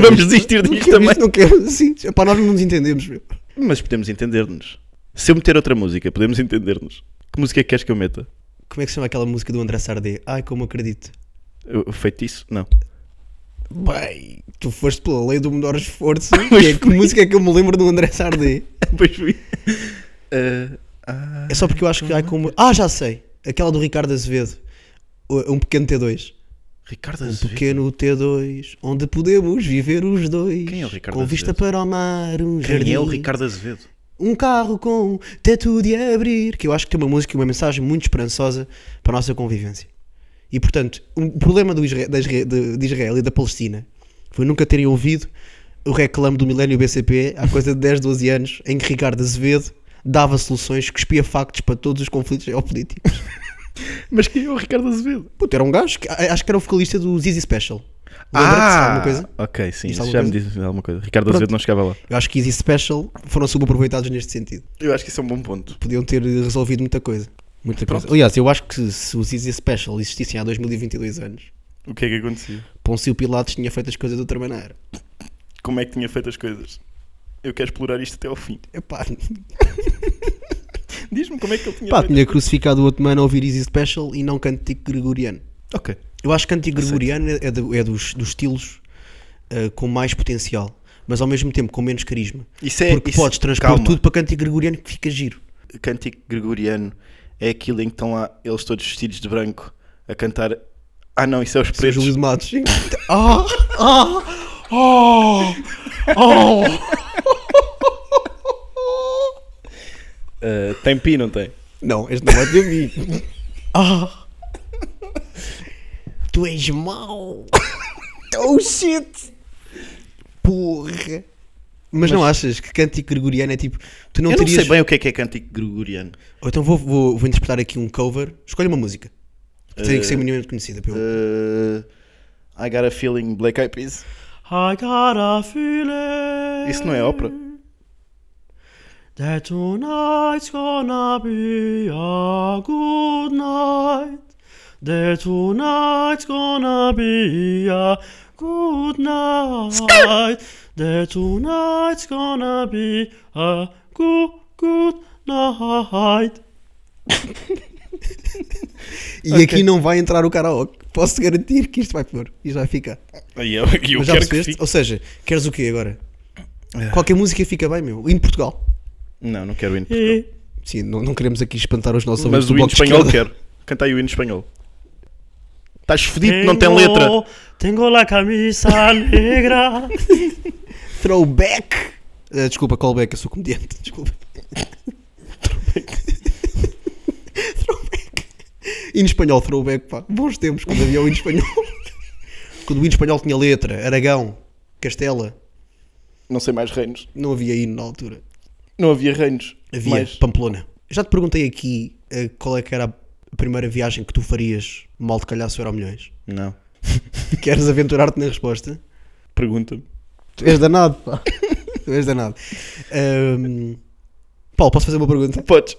[SPEAKER 4] Vamos desistir
[SPEAKER 3] Não
[SPEAKER 4] disto
[SPEAKER 3] quero
[SPEAKER 4] também.
[SPEAKER 3] é isto, não quero, sim, epá, nós não nos entendemos, meu.
[SPEAKER 4] Mas podemos entender-nos. Se eu meter outra música, podemos entender-nos. Que música é que queres que eu meta?
[SPEAKER 3] Como é que se chama aquela música do André Sardé? Ai, como acredito.
[SPEAKER 4] O feitiço?
[SPEAKER 3] [LAUGHS]
[SPEAKER 4] Não.
[SPEAKER 3] Bem, tu foste pela lei do menor
[SPEAKER 4] [LAUGHS]
[SPEAKER 3] esforço, que, é, que música é que eu me lembro do André Sardé?
[SPEAKER 4] Pois fui. Ah, ah,
[SPEAKER 3] É só porque eu acho que ai, como... Ah, já sei, aquela do Ricardo Azevedo, o- um pequeno T2.
[SPEAKER 4] Ricardo
[SPEAKER 3] Um
[SPEAKER 4] Azevedo.
[SPEAKER 3] pequeno T2, onde podemos viver os dois.
[SPEAKER 4] Quem é o Ricardo
[SPEAKER 3] Com vista
[SPEAKER 4] Azevedo?
[SPEAKER 3] para o mar, um jardim.
[SPEAKER 4] Quem é o Ricardo Azevedo?
[SPEAKER 3] Um carro com teto de abrir. Que eu acho que tem uma música e uma mensagem muito esperançosa para a nossa convivência. E portanto, um- o problema do Isra- da Isra- de, de Israel e da Palestina foi nunca terem ouvido o reclamo do milénio BCP há coisa de 10, 12 anos, em que Ricardo Azevedo dava soluções que espia factos para todos os conflitos geopolíticos.
[SPEAKER 4] Mas quem é o Ricardo Azevedo?
[SPEAKER 3] Puto, era um gajo que a- acho que era o vocalista do Zizi Special. Lembra-te de alguma
[SPEAKER 4] Ah!
[SPEAKER 3] coisa?
[SPEAKER 4] Ok, sim,
[SPEAKER 3] Isto
[SPEAKER 4] isso já
[SPEAKER 3] alguma
[SPEAKER 4] me diz alguma coisa. Ricardo Azevedo não chegava lá.
[SPEAKER 3] Eu acho que Easy Special foram subaproveitados neste sentido.
[SPEAKER 4] Eu acho que isso é um bom ponto.
[SPEAKER 3] Podiam ter resolvido muita coisa. Muita coisa. Aliás, eu acho que se os Easy Special existissem há 2022 anos,
[SPEAKER 4] O que é que acontecia?
[SPEAKER 3] Pôncio Pilatos tinha feito as coisas de outra maneira.
[SPEAKER 4] Como é que tinha feito as coisas? Eu quero explorar isto até ao fim. [LAUGHS]
[SPEAKER 3] Epá,
[SPEAKER 4] Diz-me como é que ele tinha
[SPEAKER 3] pá,
[SPEAKER 4] feito.
[SPEAKER 3] tinha crucificado o outro mano a ouvir Easy Special e não cântico gregoriano.
[SPEAKER 4] Ok.
[SPEAKER 3] Eu acho que cântico gregoriano é, do- é dos, dos estilos ah, com eh, mais potencial. mas ao mesmo tempo com menos carisma.
[SPEAKER 4] Isso é-
[SPEAKER 3] Porque
[SPEAKER 4] isso-
[SPEAKER 3] podes transpor
[SPEAKER 4] calma.
[SPEAKER 3] tudo para canto gregoriano que fica giro.
[SPEAKER 4] Cântico gregoriano é aquilo em que estão lá eles todos vestidos de branco a cantar. Ah não, isso é os
[SPEAKER 3] Preços.
[SPEAKER 4] pretos.
[SPEAKER 3] Júlio de Matos.
[SPEAKER 4] [LAUGHS]
[SPEAKER 3] Sim.
[SPEAKER 4] Ah, tem pi, não tem?
[SPEAKER 3] não, este não vai ter mim. [LAUGHS] Ah. Tu és mau. [COUGHS] Oh shit. Porra. Mas, não achas que cântico gregoriano é tipo. Tu não
[SPEAKER 4] Eu não
[SPEAKER 3] terias.
[SPEAKER 4] sei bem o que é que é cântico gregoriano.
[SPEAKER 3] Ou então vou, vou, vou interpretar aqui um cover. Escolhe uma música. Que Teria que ser minimamente conhecida. Pelo...
[SPEAKER 4] Ah, I got a feeling Black Eyed Peas.
[SPEAKER 3] I got a feeling
[SPEAKER 4] Isso não é ópera.
[SPEAKER 3] that tonight's gonna be a good night. That tonight's gonna be a good night. That tonight's gonna be a good, good night. e aqui não vai entrar o karaoke. Posso garantir que isto vai pôr. Isto vai ficar.
[SPEAKER 4] E eu, e eu
[SPEAKER 3] Mas já
[SPEAKER 4] quero que
[SPEAKER 3] percebeste?
[SPEAKER 4] fique.
[SPEAKER 3] Ou seja, queres o quê agora? Qualquer música fica bem, meu. Hino de Portugal.
[SPEAKER 4] Não, não quero o hino
[SPEAKER 3] Eh.
[SPEAKER 4] de Portugal.
[SPEAKER 3] Sim, não, não queremos aqui espantar os nossos ouvintes
[SPEAKER 4] Mas
[SPEAKER 3] do
[SPEAKER 4] o hino
[SPEAKER 3] Bloco de
[SPEAKER 4] espanhol
[SPEAKER 3] Esquerda.
[SPEAKER 4] quero. Canta aí o hino espanhol. Estás fedido, não tem letra.
[SPEAKER 6] Tengo la camisa negra.
[SPEAKER 3] Throwback! Ah, desculpa, callback, eu sou comediante. [LAUGHS] Desculpa. throwback. Hino espanhol, throwback, pá. Bons tempos, quando havia o hino espanhol. [LAUGHS] quando o hino espanhol tinha letra, Aragão, Castela,
[SPEAKER 4] Não sei mais reinos.
[SPEAKER 3] não havia hino na altura.
[SPEAKER 4] Não havia reinos.
[SPEAKER 3] Havia
[SPEAKER 4] Mas
[SPEAKER 3] Pamplona. Já te perguntei aqui eh, qual é que era a primeira viagem que tu farias mal de calhar se eram milhões. [LAUGHS]
[SPEAKER 4] Não.
[SPEAKER 3] Queres aventurar-te na resposta?
[SPEAKER 4] Pergunta-me.
[SPEAKER 3] Tu és danado, pá. tu és danado. [LAUGHS] Ahm, Paulo, posso fazer uma pergunta?
[SPEAKER 4] Podes.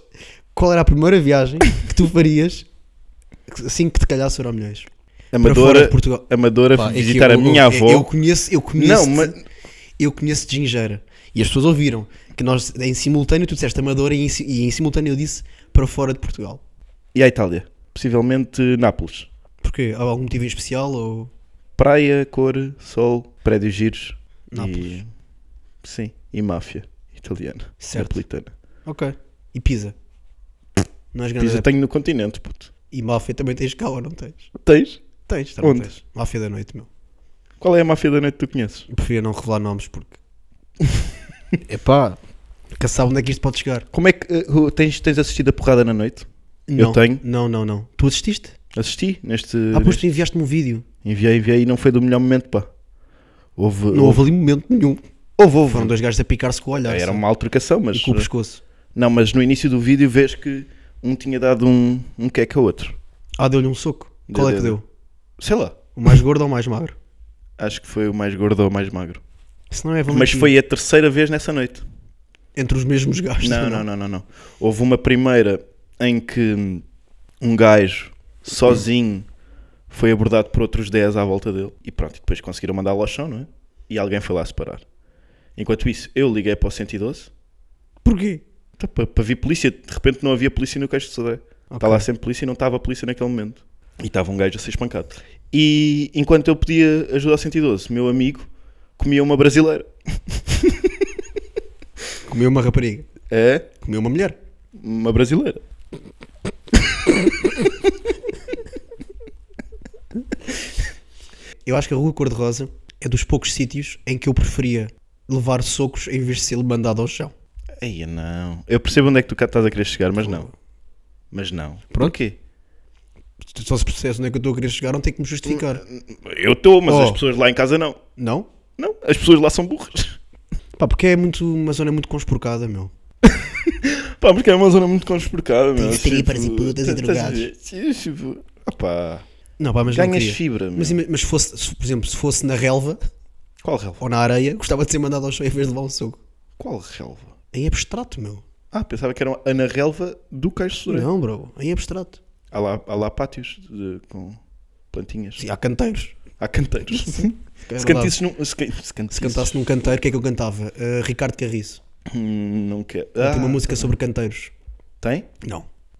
[SPEAKER 3] Qual era a primeira [LAUGHS] viagem que tu farias assim que te calhar se eram milhões? fora
[SPEAKER 4] Amadora,
[SPEAKER 3] de Portugal.
[SPEAKER 4] Amadora
[SPEAKER 3] Pá, é que
[SPEAKER 4] visitar
[SPEAKER 3] eu-
[SPEAKER 4] a minha
[SPEAKER 3] eu-
[SPEAKER 4] avó.
[SPEAKER 3] Eu conheço, eu conheço.
[SPEAKER 4] Não, mas-
[SPEAKER 3] Eu conheço de Gingeira. E as pessoas ouviram que nós, em simultâneo, tu disseste Amadora e em, si- e em simultâneo eu disse para fora de Portugal.
[SPEAKER 4] E a Itália. Possivelmente Nápoles.
[SPEAKER 3] Porquê? Há algum motivo em especial? Ou...
[SPEAKER 4] Praia, cor, sol, prédios giros.
[SPEAKER 3] Nápoles.
[SPEAKER 4] E... Sim. E máfia italiana.
[SPEAKER 3] Certo.
[SPEAKER 4] Napolitana.
[SPEAKER 3] Ok. E Pisa? Não és grande
[SPEAKER 4] Pisa
[SPEAKER 3] adepto.
[SPEAKER 4] tenho no continente, puto.
[SPEAKER 3] E Máfia também tens cá ou não tens?
[SPEAKER 4] Tens?
[SPEAKER 3] Tens, também
[SPEAKER 4] Onde?
[SPEAKER 3] tens. Máfia da noite, meu.
[SPEAKER 4] Qual é a máfia da noite que tu conheces?
[SPEAKER 3] Eu preferia não revelar nomes
[SPEAKER 4] [LAUGHS]
[SPEAKER 3] porque... Epá. Que sabe onde é que isto pode chegar.
[SPEAKER 4] Como é que. uh, uh, tens, tens assistido a porrada na noite? Eu
[SPEAKER 3] Não.
[SPEAKER 4] tenho.
[SPEAKER 3] Não, não, não. Tu assististe?
[SPEAKER 4] Assisti neste.
[SPEAKER 3] Ah, pois
[SPEAKER 4] neste-
[SPEAKER 3] tu enviaste-me um vídeo.
[SPEAKER 4] Enviei, enviei e não foi do melhor momento, pá. Houve.
[SPEAKER 3] Não houve ali momento nenhum.
[SPEAKER 4] houve, houve.
[SPEAKER 3] Foram dois gajos a picar-se com o olhar.
[SPEAKER 4] Era
[SPEAKER 3] sabe?
[SPEAKER 4] uma altercação, mas.
[SPEAKER 3] E com o pescoço.
[SPEAKER 4] Não, mas no início do vídeo vês que um tinha dado um, um queque ao outro.
[SPEAKER 3] Ah, deu-lhe um soco. Qual é que
[SPEAKER 4] deu.
[SPEAKER 3] deu?
[SPEAKER 4] Sei lá.
[SPEAKER 3] O mais gordo ou o mais magro?
[SPEAKER 4] Acho que foi o mais gordo ou o mais magro.
[SPEAKER 3] Se não é, vamos
[SPEAKER 4] Mas
[SPEAKER 3] aqui.
[SPEAKER 4] foi a terceira vez nessa noite.
[SPEAKER 3] Entre os mesmos gajos. é?
[SPEAKER 4] Não, não, não, não, não. Houve uma primeira em que hum, um gajo sozinho foi abordado por outros 10 à volta dele e pronto, e depois conseguiram mandá-lo ao chão, não é? E alguém foi lá separar. Enquanto isso, eu liguei para o 112
[SPEAKER 3] Porquê?
[SPEAKER 4] tá, para, para vir polícia. De repente não havia polícia no queixo de Sodré. Está lá sempre polícia e não estava a polícia naquele momento. E estava um gajo a ser espancado. E enquanto eu pedia ajuda ao 112, meu amigo comia uma brasileira.
[SPEAKER 3] Comeu uma rapariga.
[SPEAKER 4] É?
[SPEAKER 3] Comeu uma mulher.
[SPEAKER 4] Uma brasileira.
[SPEAKER 3] Eu acho que a Rua Cor-de-Rosa é dos poucos sítios em que eu preferia levar socos em vez de ser mandado ao chão.
[SPEAKER 4] Aí não. Eu percebo onde é que tu cá estás a querer chegar, mas não. Mas não.
[SPEAKER 3] Pronto.
[SPEAKER 4] Porquê?
[SPEAKER 3] Só se percebes onde é que eu estou a querer chegar, não tem que me justificar.
[SPEAKER 4] Hum. Eu estou, mas
[SPEAKER 3] Oh.
[SPEAKER 4] as pessoas lá em casa não.
[SPEAKER 3] Não?
[SPEAKER 4] Não, as pessoas lá são burras.
[SPEAKER 3] Pá, porque é muito uma zona muito conspurcada, meu.
[SPEAKER 4] [LAUGHS] Pá, porque é uma zona muito conspurcada, meu.
[SPEAKER 3] Tem strippers e putas e drogados.
[SPEAKER 4] Tipo, opá.
[SPEAKER 3] Não, pá, mas não
[SPEAKER 4] Ganhas
[SPEAKER 3] queria.
[SPEAKER 4] fibra, meu.
[SPEAKER 3] Mas, ima- mas fosse, se, por exemplo, se fosse na relva
[SPEAKER 4] Qual relva?
[SPEAKER 3] ou na areia, gostava de ser mandado ao chão em vez de levar um soco.
[SPEAKER 4] Qual relva?
[SPEAKER 3] Em abstrato, meu.
[SPEAKER 4] Ah, pensava que era uma- a na relva do Caixo de Sodré.
[SPEAKER 3] Não, bro. Em abstrato.
[SPEAKER 4] Há lá, há lá pátios de- com plantinhas.
[SPEAKER 3] Sim, há canteiros.
[SPEAKER 4] Há
[SPEAKER 3] [LAUGHS]
[SPEAKER 4] canteiros.
[SPEAKER 3] É
[SPEAKER 4] se,
[SPEAKER 3] verdade.
[SPEAKER 4] cantisses num, se, can- se cantisses-
[SPEAKER 3] Se cantasse num canteiro, o que é que eu cantava? Ah, Ricardo Carriço.
[SPEAKER 4] Hum, Não quero.
[SPEAKER 3] Ele
[SPEAKER 4] Ah,
[SPEAKER 3] tem uma música sobre canteiros.
[SPEAKER 4] Tem?
[SPEAKER 3] Não.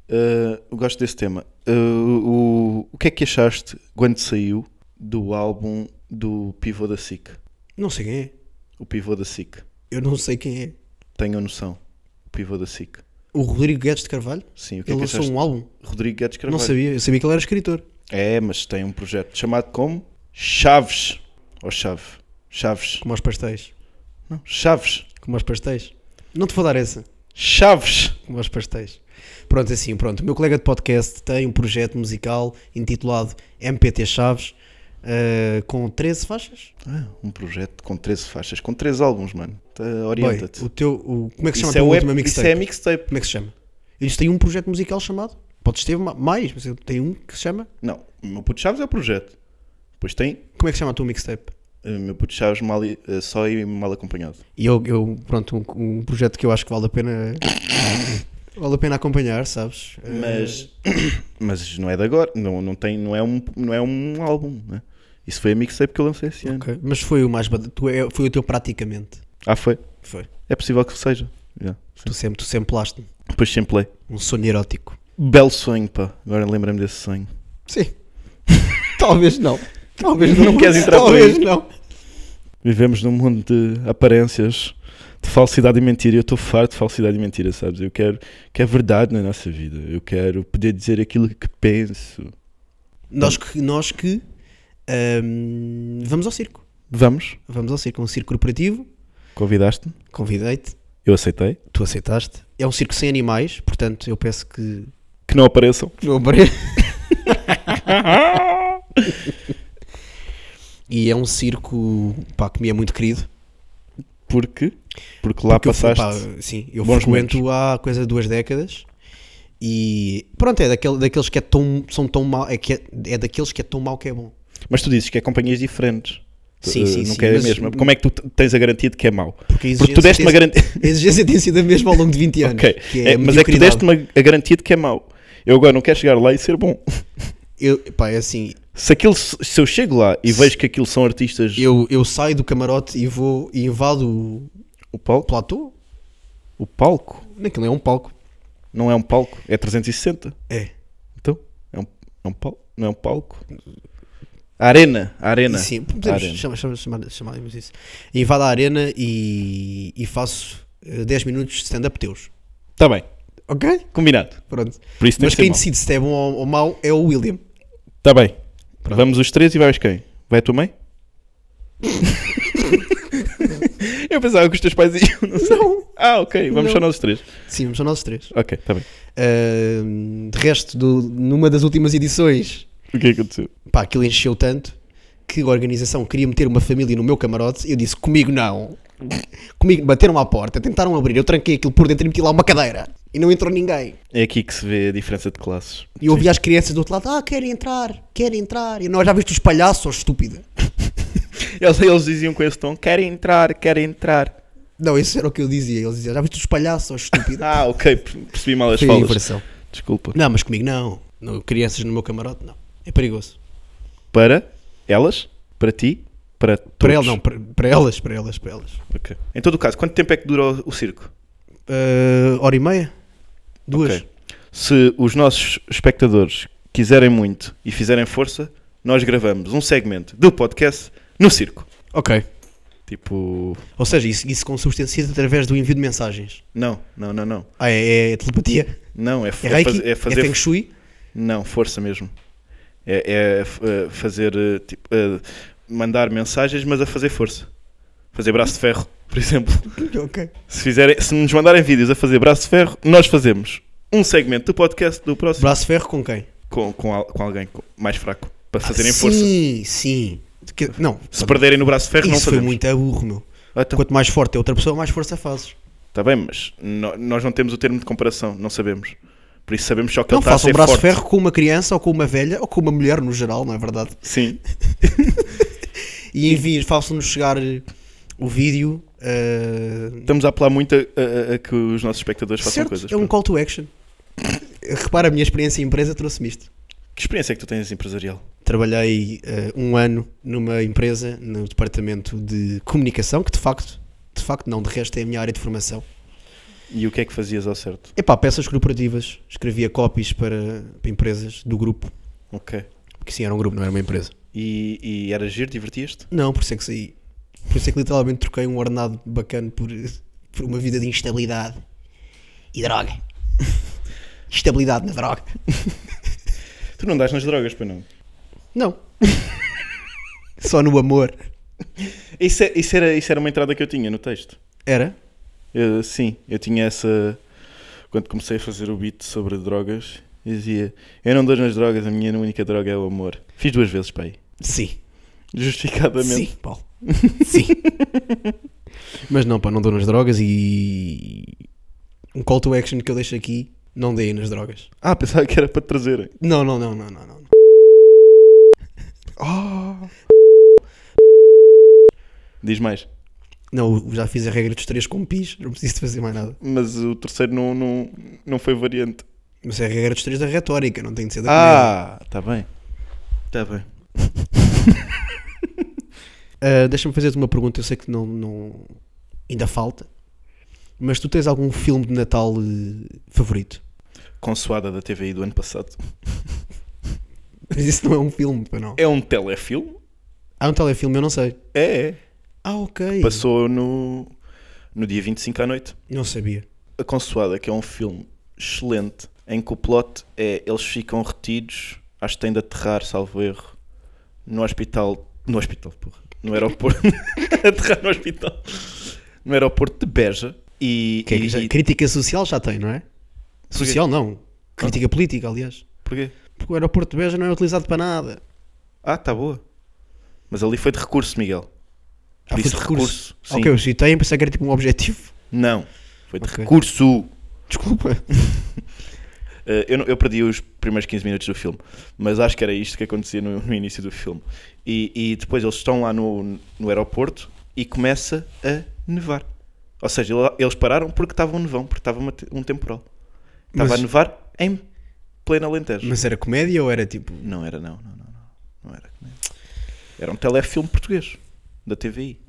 [SPEAKER 4] Uh, eu gosto desse tema. Uh, o, o que é que achaste quando saiu do álbum do Pivô da SIC?
[SPEAKER 3] Não sei quem é.
[SPEAKER 4] O pivô da SIC.
[SPEAKER 3] Eu não sei quem é.
[SPEAKER 4] Tenho a noção. O pivô da SIC.
[SPEAKER 3] O Rodrigo Guedes de Carvalho?
[SPEAKER 4] Sim, o que
[SPEAKER 3] Ele
[SPEAKER 4] é que
[SPEAKER 3] lançou
[SPEAKER 4] achaste?
[SPEAKER 3] um álbum?
[SPEAKER 4] Rodrigo Guedes Carvalho.
[SPEAKER 3] Não sabia, eu sabia que ele era escritor.
[SPEAKER 4] É, mas tem um projeto chamado como? Chaves. Ou Chave? Chaves.
[SPEAKER 3] Como aos pastéis.
[SPEAKER 4] Não, Chaves.
[SPEAKER 3] Como aos pastéis. Não te vou dar essa.
[SPEAKER 4] Chaves.
[SPEAKER 3] Como aos pastéis. Pronto, assim, pronto. O meu colega de podcast tem um projeto musical intitulado MPT Chaves, eh, com 13 faixas.
[SPEAKER 4] Ah, um projeto com 13 faixas, com 13 álbuns, mano. Tá,
[SPEAKER 3] Boy,
[SPEAKER 4] Orienta-te.
[SPEAKER 3] o teu, o- como é que se chama
[SPEAKER 4] Isso
[SPEAKER 3] a
[SPEAKER 4] é,
[SPEAKER 3] tua
[SPEAKER 4] web-
[SPEAKER 3] última
[SPEAKER 4] isso
[SPEAKER 3] mixtape?
[SPEAKER 4] é mixtape.
[SPEAKER 3] Como é que se chama? Eles têm um projeto musical chamado? Podes ter ma- mais, mas eu tenho um que se chama.
[SPEAKER 4] Não, o meu puto Chaves é o projeto. Pois tem
[SPEAKER 3] Como é que se chama a tua mixtape?
[SPEAKER 4] o Eh, meu puto Chaves mal, e- eh, só e mal acompanhado.
[SPEAKER 3] E eu, eu pronto, um, um projeto que eu acho que vale a pena. [COUGHS] vale a pena acompanhar, sabes? Eh,
[SPEAKER 4] Mas, [COUGHS] mas não é de agora, não, não, tem, não, é, um, não é um álbum, né? Isso foi a mixtape que eu lancei esse ano.
[SPEAKER 3] ok. Mas foi o mais. bada- tu é- Foi o teu praticamente.
[SPEAKER 4] Ah, foi?
[SPEAKER 3] Foi.
[SPEAKER 4] É possível que seja. Yeah.
[SPEAKER 3] Tu sempre, tu sempre laste
[SPEAKER 4] Depois sempre play.
[SPEAKER 3] um sonho erótico.
[SPEAKER 4] Belo sonho, pá. Agora lembra-me desse sonho.
[SPEAKER 3] Sim. [LAUGHS] Talvez não. Talvez
[SPEAKER 4] Não queres entrar por
[SPEAKER 3] Talvez
[SPEAKER 4] aí?
[SPEAKER 3] não.
[SPEAKER 4] Vivemos num mundo de aparências, de falsidade e mentira. E Eu estou farto de falsidade e mentira, sabes? Eu quero, quero verdade na nossa vida. Eu quero poder dizer aquilo que penso.
[SPEAKER 3] Nós que. Nós que ahm, vamos ao circo.
[SPEAKER 4] Vamos,
[SPEAKER 3] Vamos ao circo. É um circo corporativo.
[SPEAKER 4] convidaste-me.
[SPEAKER 3] Convidei-te.
[SPEAKER 4] Eu aceitei.
[SPEAKER 3] Tu aceitaste. É um circo sem animais, portanto eu peço que.
[SPEAKER 4] Que não apareçam.
[SPEAKER 3] que não apareça. [LAUGHS] e é um circo pá, que me é muito querido.
[SPEAKER 4] Porque? Porque lá
[SPEAKER 3] Porque eu fui,
[SPEAKER 4] passaste.
[SPEAKER 3] pá, sim, eu
[SPEAKER 4] bons
[SPEAKER 3] frequento há coisa de duas décadas e pronto, é daquele, daqueles que é tão, são tão mal, é, que é, é daqueles que é tão mau que é bom.
[SPEAKER 4] Mas tu dizes que é companhias diferentes.
[SPEAKER 3] Sim,
[SPEAKER 4] Eh,
[SPEAKER 3] sim,
[SPEAKER 4] Não
[SPEAKER 3] sim,
[SPEAKER 4] que é a
[SPEAKER 3] mas-
[SPEAKER 4] mesma. Como é que tu t- tens a garantia de que é mau?
[SPEAKER 3] Porque, a
[SPEAKER 4] Porque tu
[SPEAKER 3] exigência
[SPEAKER 4] deste uma
[SPEAKER 3] tem-
[SPEAKER 4] garantia.
[SPEAKER 3] [LAUGHS] A exigência tem sido a mesma ao longo de 20 anos.
[SPEAKER 4] Ok,
[SPEAKER 3] que
[SPEAKER 4] É,
[SPEAKER 3] a
[SPEAKER 4] mas é que tu
[SPEAKER 3] mediocridade.
[SPEAKER 4] deste-me a garantia de que é mau. Eu agora não quero chegar lá e ser bom. [LAUGHS]
[SPEAKER 3] Eu, pá, é assim,
[SPEAKER 4] Se, aquilo, se eu chego lá e vejo que aquilo são artistas.
[SPEAKER 3] eu, eu saio do camarote e vou e invado o
[SPEAKER 4] O palco?
[SPEAKER 3] platô.
[SPEAKER 4] O palco?
[SPEAKER 3] Naquilo é um palco.
[SPEAKER 4] Não é um palco, é 360.
[SPEAKER 3] É.
[SPEAKER 4] Então, é um, é um palco. Não é um palco. A arena, a arena.
[SPEAKER 3] Sim,
[SPEAKER 4] A
[SPEAKER 3] podemos
[SPEAKER 4] arena.
[SPEAKER 3] chamar, chamar, chamar, chamarmos isso. Invado a arena e, e faço eh, 10 minutos de stand-up teus.
[SPEAKER 4] Tá bem,
[SPEAKER 3] Ok?
[SPEAKER 4] combinado.
[SPEAKER 3] Pronto.
[SPEAKER 4] Por isso tem
[SPEAKER 3] Mas
[SPEAKER 4] que ser
[SPEAKER 3] quem
[SPEAKER 4] mau.
[SPEAKER 3] decide se é bom ou, ou mau é o William.
[SPEAKER 4] Tá bem. Vamos os três e vais quem? Vai a tua mãe? [LAUGHS] eu pensava que os teus pais iam, não sei. Ah, ok, vamos
[SPEAKER 3] Não.
[SPEAKER 4] só nós os três.
[SPEAKER 3] Sim, são nós três.
[SPEAKER 4] Ok, tá bem.
[SPEAKER 3] Ahm, de resto, do- numa das últimas edições,
[SPEAKER 4] O que é que aconteceu?
[SPEAKER 3] pá, aquilo encheu tanto que a organização queria meter uma família no meu camarote. Eu disse: comigo não. [LAUGHS] Comigo, bateram à porta, tentaram abrir. Eu tranquei aquilo por dentro e meti lá uma cadeira. E não entrou ninguém.
[SPEAKER 4] É aqui que se vê a diferença de classes.
[SPEAKER 3] E eu ouvi as crianças do outro lado: ah, querem entrar, querem entrar. E nós já viste os palhaços, estúpida.
[SPEAKER 4] [LAUGHS] Eles, eles diziam com esse tom: querem entrar, querem entrar.
[SPEAKER 3] Não, isso era o que eu dizia. Eles diziam: já viste os palhaços, estúpida.
[SPEAKER 4] Ah, ok, per- percebi mal [LAUGHS] as
[SPEAKER 3] Foi a
[SPEAKER 4] falas.
[SPEAKER 3] inversão.
[SPEAKER 4] Desculpa.
[SPEAKER 3] Não, mas comigo não. não. Crianças no meu camarote, não. É perigoso.
[SPEAKER 4] Para elas, para ti, para todos.
[SPEAKER 3] Para ele não, para, para elas, para elas, para elas.
[SPEAKER 4] Ok. Em todo o caso, quanto tempo é que dura o, o circo?
[SPEAKER 3] Ah, hora e meia? Duas?
[SPEAKER 4] Ok. Se os nossos espectadores quiserem muito e fizerem força, nós gravamos um segmento do podcast no circo.
[SPEAKER 3] Ok.
[SPEAKER 4] Tipo.
[SPEAKER 3] Ou seja, isso, isso consubstancia através do envio de mensagens.
[SPEAKER 4] Não, não, não, não.
[SPEAKER 3] Ah, é, é telepatia?
[SPEAKER 4] Não, é, f-
[SPEAKER 3] É
[SPEAKER 4] é,
[SPEAKER 3] reiki?
[SPEAKER 4] faz- é fazer.
[SPEAKER 3] É feng shui?
[SPEAKER 4] Não, força mesmo. É, é, f- eh, fazer. eh, Tipo, eh, mandar mensagens, mas a fazer força. Fazer braço de ferro, por exemplo. [LAUGHS]
[SPEAKER 3] Ok.
[SPEAKER 4] Se, fizerem, se nos mandarem vídeos a fazer braço de ferro, nós fazemos um segmento do podcast do próximo
[SPEAKER 3] Braço de ferro com quem?
[SPEAKER 4] com, com, al- com alguém co- mais fraco para fazerem
[SPEAKER 3] Ah, sim,
[SPEAKER 4] É força.
[SPEAKER 3] Sim, Que- não,
[SPEAKER 4] Se perderem no braço de ferro,
[SPEAKER 3] isso
[SPEAKER 4] não
[SPEAKER 3] foi
[SPEAKER 4] fazemos.
[SPEAKER 3] muito aburro, meu.
[SPEAKER 4] Ah, então,
[SPEAKER 3] Quanto mais forte é outra pessoa, mais força fazes.
[SPEAKER 4] Está Tá bem, mas no- nós não temos o termo de comparação, não sabemos. Por isso sabemos só que
[SPEAKER 3] Não
[SPEAKER 4] ele está Então tá a
[SPEAKER 3] faça um
[SPEAKER 4] ser
[SPEAKER 3] braço
[SPEAKER 4] forte.
[SPEAKER 3] de ferro com uma criança, ou com uma velha, ou com uma mulher no geral, não é verdade?
[SPEAKER 4] Sim,
[SPEAKER 3] E enviem, façam-nos chegar eh, o vídeo. ah,
[SPEAKER 4] estamos a apelar muito a, a- a que os nossos espectadores façam
[SPEAKER 3] certo,
[SPEAKER 4] coisas.
[SPEAKER 3] é um
[SPEAKER 4] pronto.
[SPEAKER 3] call to action. Repara, a minha experiência em empresa trouxe-me isto.
[SPEAKER 4] Que experiência é que tu tens empresarial?
[SPEAKER 3] Trabalhei eh, um ano numa empresa no departamento de comunicação, que de facto, de facto não, de resto é a minha área de formação.
[SPEAKER 4] E o que é que fazias ao certo?
[SPEAKER 3] Epá, peças corporativas, escrevia copies para, para empresas do grupo,
[SPEAKER 4] Ok.
[SPEAKER 3] porque sim, era um grupo, não era uma empresa.
[SPEAKER 4] E, e era giro, divertias-te?
[SPEAKER 3] Não, por isso é que saí. Por isso é que literalmente troquei um ordenado bacana por, por uma vida de instabilidade e droga. [LAUGHS] Estabilidade na droga.
[SPEAKER 4] Tu não dás nas drogas, para não.
[SPEAKER 3] Não. [LAUGHS] Só no amor.
[SPEAKER 4] Isso, é- isso era, isso era uma entrada que eu tinha no texto.
[SPEAKER 3] Era?
[SPEAKER 4] Eu- sim, eu tinha essa. Quando comecei a fazer o beat sobre drogas, eu dizia: Eu não dou nas drogas, a minha única droga é o amor. Fiz duas vezes, pai.
[SPEAKER 3] Sim.
[SPEAKER 4] Justificadamente.
[SPEAKER 3] Sim, Paulo. [LAUGHS] Sim. Mas não, pá, não dou nas drogas e. Um call to action que eu deixo aqui, não dei nas drogas.
[SPEAKER 4] Ah, pensava que era para te trazerem.
[SPEAKER 3] Não, não, não, não, não. não.
[SPEAKER 4] Diz mais.
[SPEAKER 3] Não, eu já fiz a regra dos três com pis, não preciso de fazer mais nada.
[SPEAKER 4] Mas o terceiro não, não, não foi variante.
[SPEAKER 3] Mas é a regra dos três da retórica, não tem de ser da comédia.
[SPEAKER 4] Ah,
[SPEAKER 3] tá
[SPEAKER 4] está bem. Está Tá bem.
[SPEAKER 3] Ah, Deixa-me fazer-te uma pergunta, eu sei que não, não- ainda falta, mas tu tens algum filme de Natal eh, favorito? [LAUGHS]
[SPEAKER 4] Consoada da TVI do ano passado.
[SPEAKER 3] Mas isso não é um filme, pá, não.
[SPEAKER 4] É um telefilme?
[SPEAKER 3] Há um telefilme, eu não sei.
[SPEAKER 4] É, é.
[SPEAKER 3] Ah, ok.
[SPEAKER 4] Passou no, no dia 25 à noite.
[SPEAKER 3] Não sabia.
[SPEAKER 4] A Consoada, que é um filme excelente, em que o plot é eles ficam retidos, acho que têm de aterrar, salvo erro, no hospital. No hospital, porra. No aeroporto. [LAUGHS] aterrar no hospital. No aeroporto de Beja. E.
[SPEAKER 3] Que é que
[SPEAKER 4] e-
[SPEAKER 3] já-
[SPEAKER 4] e-
[SPEAKER 3] crítica social já tem, não é? Social não. Crítica política, aliás.
[SPEAKER 4] Porquê?
[SPEAKER 3] Porque o aeroporto de Beja não é utilizado para nada.
[SPEAKER 4] Ah, tá boa. Mas ali foi de recurso, Miguel.
[SPEAKER 3] Ah, foi
[SPEAKER 4] Disse
[SPEAKER 3] de recurso.
[SPEAKER 4] Sim.
[SPEAKER 3] Ok, eu citei, pensei que era tipo um objetivo. [LAUGHS]
[SPEAKER 4] Não. Foi de
[SPEAKER 3] Ok.
[SPEAKER 4] recurso.
[SPEAKER 3] Desculpa.
[SPEAKER 4] Uh, eu, não- eu perdi os primeiros 15 minutos do filme, mas acho que era isto que acontecia no, no início do filme. E, e depois eles estão lá no, no aeroporto e começa a nevar. Ou seja, ele- eles pararam porque estava um nevão, porque estava uma te- um temporal. Estava
[SPEAKER 3] Mas-
[SPEAKER 4] a nevar em pleno Alentejo.
[SPEAKER 3] Mas era comédia ou era tipo.
[SPEAKER 4] Não era, não, não, não, não. Não era. não era. Era um telefilme português, da TVI,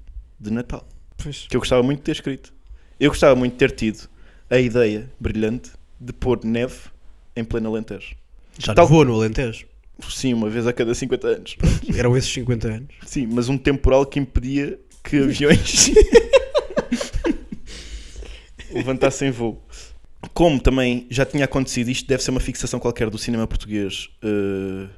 [SPEAKER 4] de Natal,
[SPEAKER 3] Pois.
[SPEAKER 4] que eu gostava muito de ter escrito. Eu gostava muito de ter tido a ideia brilhante de pôr neve em pleno Alentejo.
[SPEAKER 3] Já
[SPEAKER 4] Tal-
[SPEAKER 3] não vou no Alentejo. [LAUGHS]
[SPEAKER 4] Sim, uma vez a cada 50 anos.
[SPEAKER 3] Eram esses 50 anos.
[SPEAKER 4] Sim, mas um temporal que impedia que aviões levantassem voo. Como também já tinha acontecido, isto deve ser uma fixação qualquer do cinema português. eh,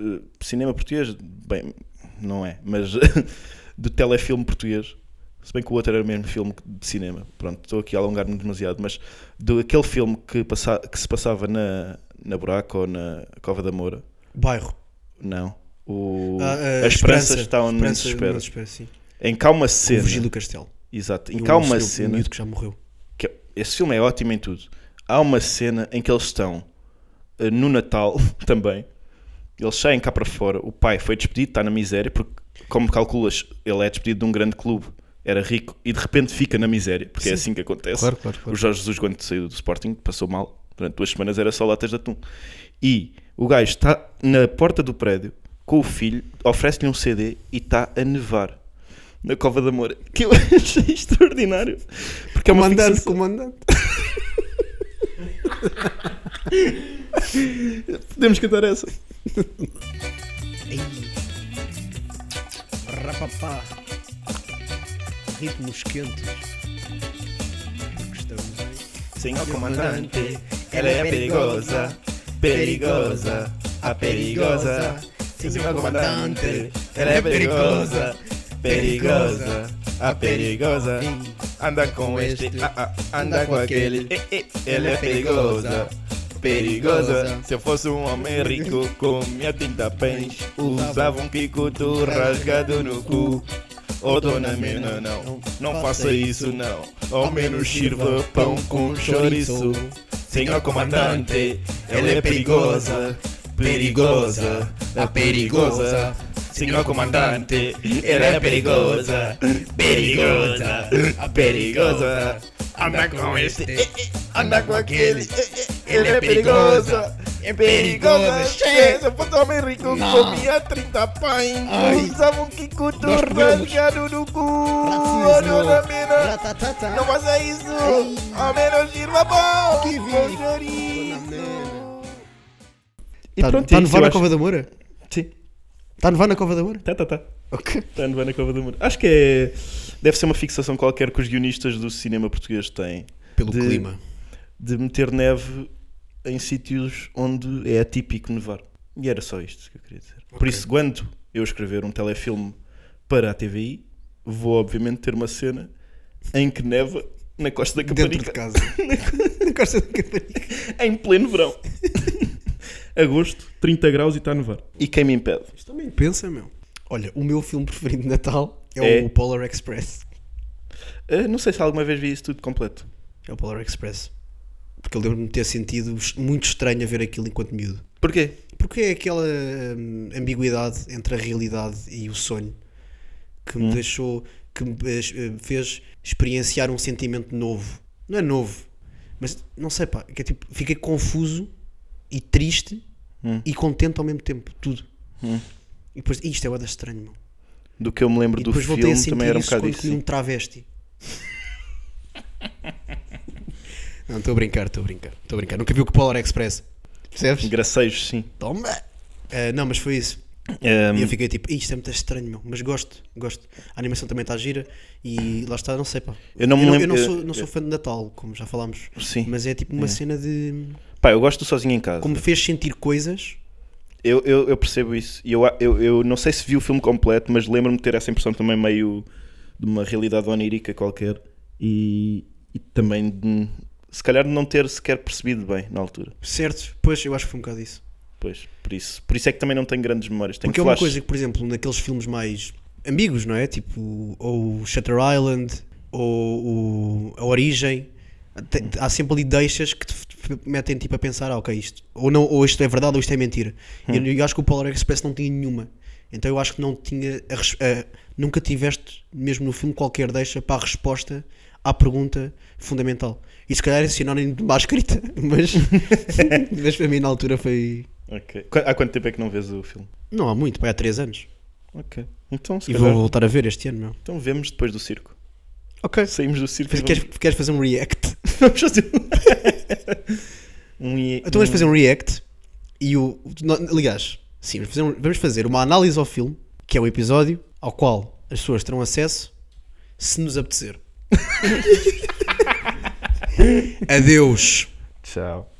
[SPEAKER 4] eh, cinema português, bem, não é, mas [LAUGHS] do telefilme português. Se bem que o outro era o mesmo filme de cinema. Pronto, estou aqui a alongar-me demasiado, mas do aquele filme que, passa, que se passava na, na Buraco ou na Cova da Moura,
[SPEAKER 3] Bairro.
[SPEAKER 4] não. O...
[SPEAKER 3] Ah, ah,
[SPEAKER 4] a esperança está onde não se
[SPEAKER 3] Esperança
[SPEAKER 4] espera.
[SPEAKER 3] não se espera, sim.
[SPEAKER 4] Em cá uma
[SPEAKER 3] O
[SPEAKER 4] cena.
[SPEAKER 3] Virgílio do Castelo.
[SPEAKER 4] Exato.
[SPEAKER 3] E
[SPEAKER 4] Em
[SPEAKER 3] um
[SPEAKER 4] cá uma
[SPEAKER 3] senhor- Um
[SPEAKER 4] cena.
[SPEAKER 3] miúdo que já morreu.
[SPEAKER 4] que- esse filme é ótimo em tudo. Há uma cena em que eles estão eh, no Natal [LAUGHS] também. Eles saem cá para fora. O pai foi despedido, está na miséria, porque, como calculas, ele é despedido de um grande clube, era rico e de repente fica na miséria, porque é assim que acontece.
[SPEAKER 3] Claro, claro, claro.
[SPEAKER 4] O Jorge Jesus, quando saiu do Sporting, passou mal. Durante duas semanas era só latas de atum. E o gajo está na porta do prédio com o filho, oferece-lhe um CD e está a nevar na Cova da Moura. Que eu [LAUGHS] achei é extraordinário. Porque é uma
[SPEAKER 3] Comandante,
[SPEAKER 4] fixação-
[SPEAKER 3] comandante.
[SPEAKER 4] Podemos cantar é essa.
[SPEAKER 3] Rapapá. Ritmos quentes. Porque estamos bem.
[SPEAKER 4] Senhor
[SPEAKER 3] comandante,
[SPEAKER 4] ela é perigosa, perigosa, a perigosa. Senhor comandante, ela é perigosa, perigosa, a perigosa. Anda com este, ah, ah, anda com aquele, eh, eh, ela é perigosa. Perigosa, se eu fosse um homem [LAUGHS] rico, comia 30 pães, usava um picoto rasgado no cu. Oh, dona Mina, não, não faça isso, não. Ao menos sirva pão com chouriço. Senhor comandante, ela é perigosa, perigosa, a perigosa. Senhor comandante, ela é perigosa, perigosa, a perigosa. Anda com este, eh, eh, anda com aquele, eh, eh, ela é perigosa. É perigosa, cheia, se eu fosse homem rico, comia 30 pães, usava um kikuto rasgado no cu, oh, dona Mina,
[SPEAKER 2] tá.
[SPEAKER 4] não faça isso! Ao menos sirva bom! Que
[SPEAKER 3] Está tá no Vana Cova da Moura?
[SPEAKER 4] Sim.
[SPEAKER 3] Está no Vana Cova da Moura?
[SPEAKER 4] Tá, tá, tá.
[SPEAKER 3] Ok.
[SPEAKER 4] Está no na Cova do Mundo. Acho que é. Deve ser uma fixação qualquer que os guionistas do cinema português têm
[SPEAKER 3] Pelo
[SPEAKER 4] De-
[SPEAKER 3] clima.
[SPEAKER 4] de meter neve em sítios onde é atípico nevar. E era só isto que eu queria dizer. Por isso, quando eu escrever um telefilme para a TVI, vou obviamente ter uma cena em que neva na Costa da
[SPEAKER 3] Dentro
[SPEAKER 4] Caparica,
[SPEAKER 3] de [LAUGHS] casa. Na costa da Caparica.
[SPEAKER 4] em
[SPEAKER 3] [LAUGHS]
[SPEAKER 4] pleno verão. Agosto, 30 graus e está a nevar. E quem me impede?
[SPEAKER 3] Isto também pensa, meu. Olha, o meu filme preferido de Natal é,
[SPEAKER 4] É?
[SPEAKER 3] o Polar Express.
[SPEAKER 4] Ah, não sei se alguma vez vi isso tudo completo.
[SPEAKER 3] É o Polar Express. Porque eu lembro-me de ter sentido muito estranho a ver aquilo enquanto miúdo.
[SPEAKER 4] Porquê?
[SPEAKER 3] Porque é aquela hum, ambiguidade entre a realidade e o sonho que
[SPEAKER 4] Hum.
[SPEAKER 3] me deixou, que me eh, es- eh, fez experienciar um sentimento novo. Não é novo, mas não sei, pá, que é tipo, fiquei confuso e triste
[SPEAKER 4] Hum.
[SPEAKER 3] e contente ao mesmo tempo, tudo. E depois, isto é o estranho, meu.
[SPEAKER 4] Do que eu me lembro
[SPEAKER 3] E
[SPEAKER 4] do
[SPEAKER 3] depois voltei a
[SPEAKER 4] filme,
[SPEAKER 3] sentir
[SPEAKER 4] também era um
[SPEAKER 3] isso
[SPEAKER 4] bocado
[SPEAKER 3] quando
[SPEAKER 4] isso.
[SPEAKER 3] comi um
[SPEAKER 4] [LAUGHS]
[SPEAKER 3] travesti. não, estou a brincar, estou a brincar, estou a brincar. Nunca viu que Polar Express, percebes?
[SPEAKER 4] Gracejos, sim.
[SPEAKER 3] Toma! Eh, não, mas foi isso.
[SPEAKER 4] Ah,
[SPEAKER 3] E eu fiquei tipo, "Ih, isto é muito estranho, meu. Mas gosto, gosto. A animação também está gira e lá está, não sei, pá.
[SPEAKER 4] Eu não me
[SPEAKER 3] eu,
[SPEAKER 4] lembro-
[SPEAKER 3] não
[SPEAKER 4] eu-
[SPEAKER 3] sou, não sou fã de Natal, como já falámos.
[SPEAKER 4] Sim.
[SPEAKER 3] Mas é tipo uma cena de.
[SPEAKER 4] Pá, eu gosto do sozinho em casa.
[SPEAKER 3] Como fez sentir coisas.
[SPEAKER 4] Eu, eu, eu percebo isso. E eu, eu, eu não sei se vi o filme completo, mas lembro-me de ter essa impressão também meio de uma realidade onírica qualquer. E, e também, de, se calhar, de não ter sequer percebido bem na altura.
[SPEAKER 3] Certo? Pois, eu acho que foi um bocado isso.
[SPEAKER 4] Pois, por isso, por isso é que também não tenho grandes memórias. Tenho
[SPEAKER 3] Porque é uma
[SPEAKER 4] flashes.
[SPEAKER 3] coisa que, por exemplo, naqueles filmes mais ambíguos, não é? Tipo, ou Shutter Island, ou, o- A Origem, te- há sempre ali deixas que te f- metem tipo a pensar, ah, ok, isto, ou, não, ou isto é verdade ou isto é mentira. E eu, eu acho que o Polar Express não tinha nenhuma. Então eu acho que não tinha, a res- a- nunca tiveste, mesmo no filme, qualquer deixa para a resposta à pergunta fundamental. E se calhar é sinónimo de má escrita, mas, [LAUGHS] mas para mim na altura foi.
[SPEAKER 4] Ok. Qu- Há quanto tempo é que não vês o filme?
[SPEAKER 3] Não há muito, pai, há 3 anos.
[SPEAKER 4] Ok. Então, se
[SPEAKER 3] E
[SPEAKER 4] calhar,
[SPEAKER 3] vou voltar a ver este ano, meu.
[SPEAKER 4] então vemos depois do circo.
[SPEAKER 3] Ok.
[SPEAKER 4] Saímos do circo. e
[SPEAKER 3] Queres,
[SPEAKER 4] vamos-
[SPEAKER 3] queres fazer um react? [LAUGHS]
[SPEAKER 4] Vamos fazer um. um e-
[SPEAKER 3] Então vamos fazer um react e o. no- Aliás, sim, vamos fazer, um- vamos fazer uma análise ao filme, que é o episódio ao qual as pessoas terão acesso se nos apetecer. [LAUGHS] Adeus.
[SPEAKER 4] Tchau.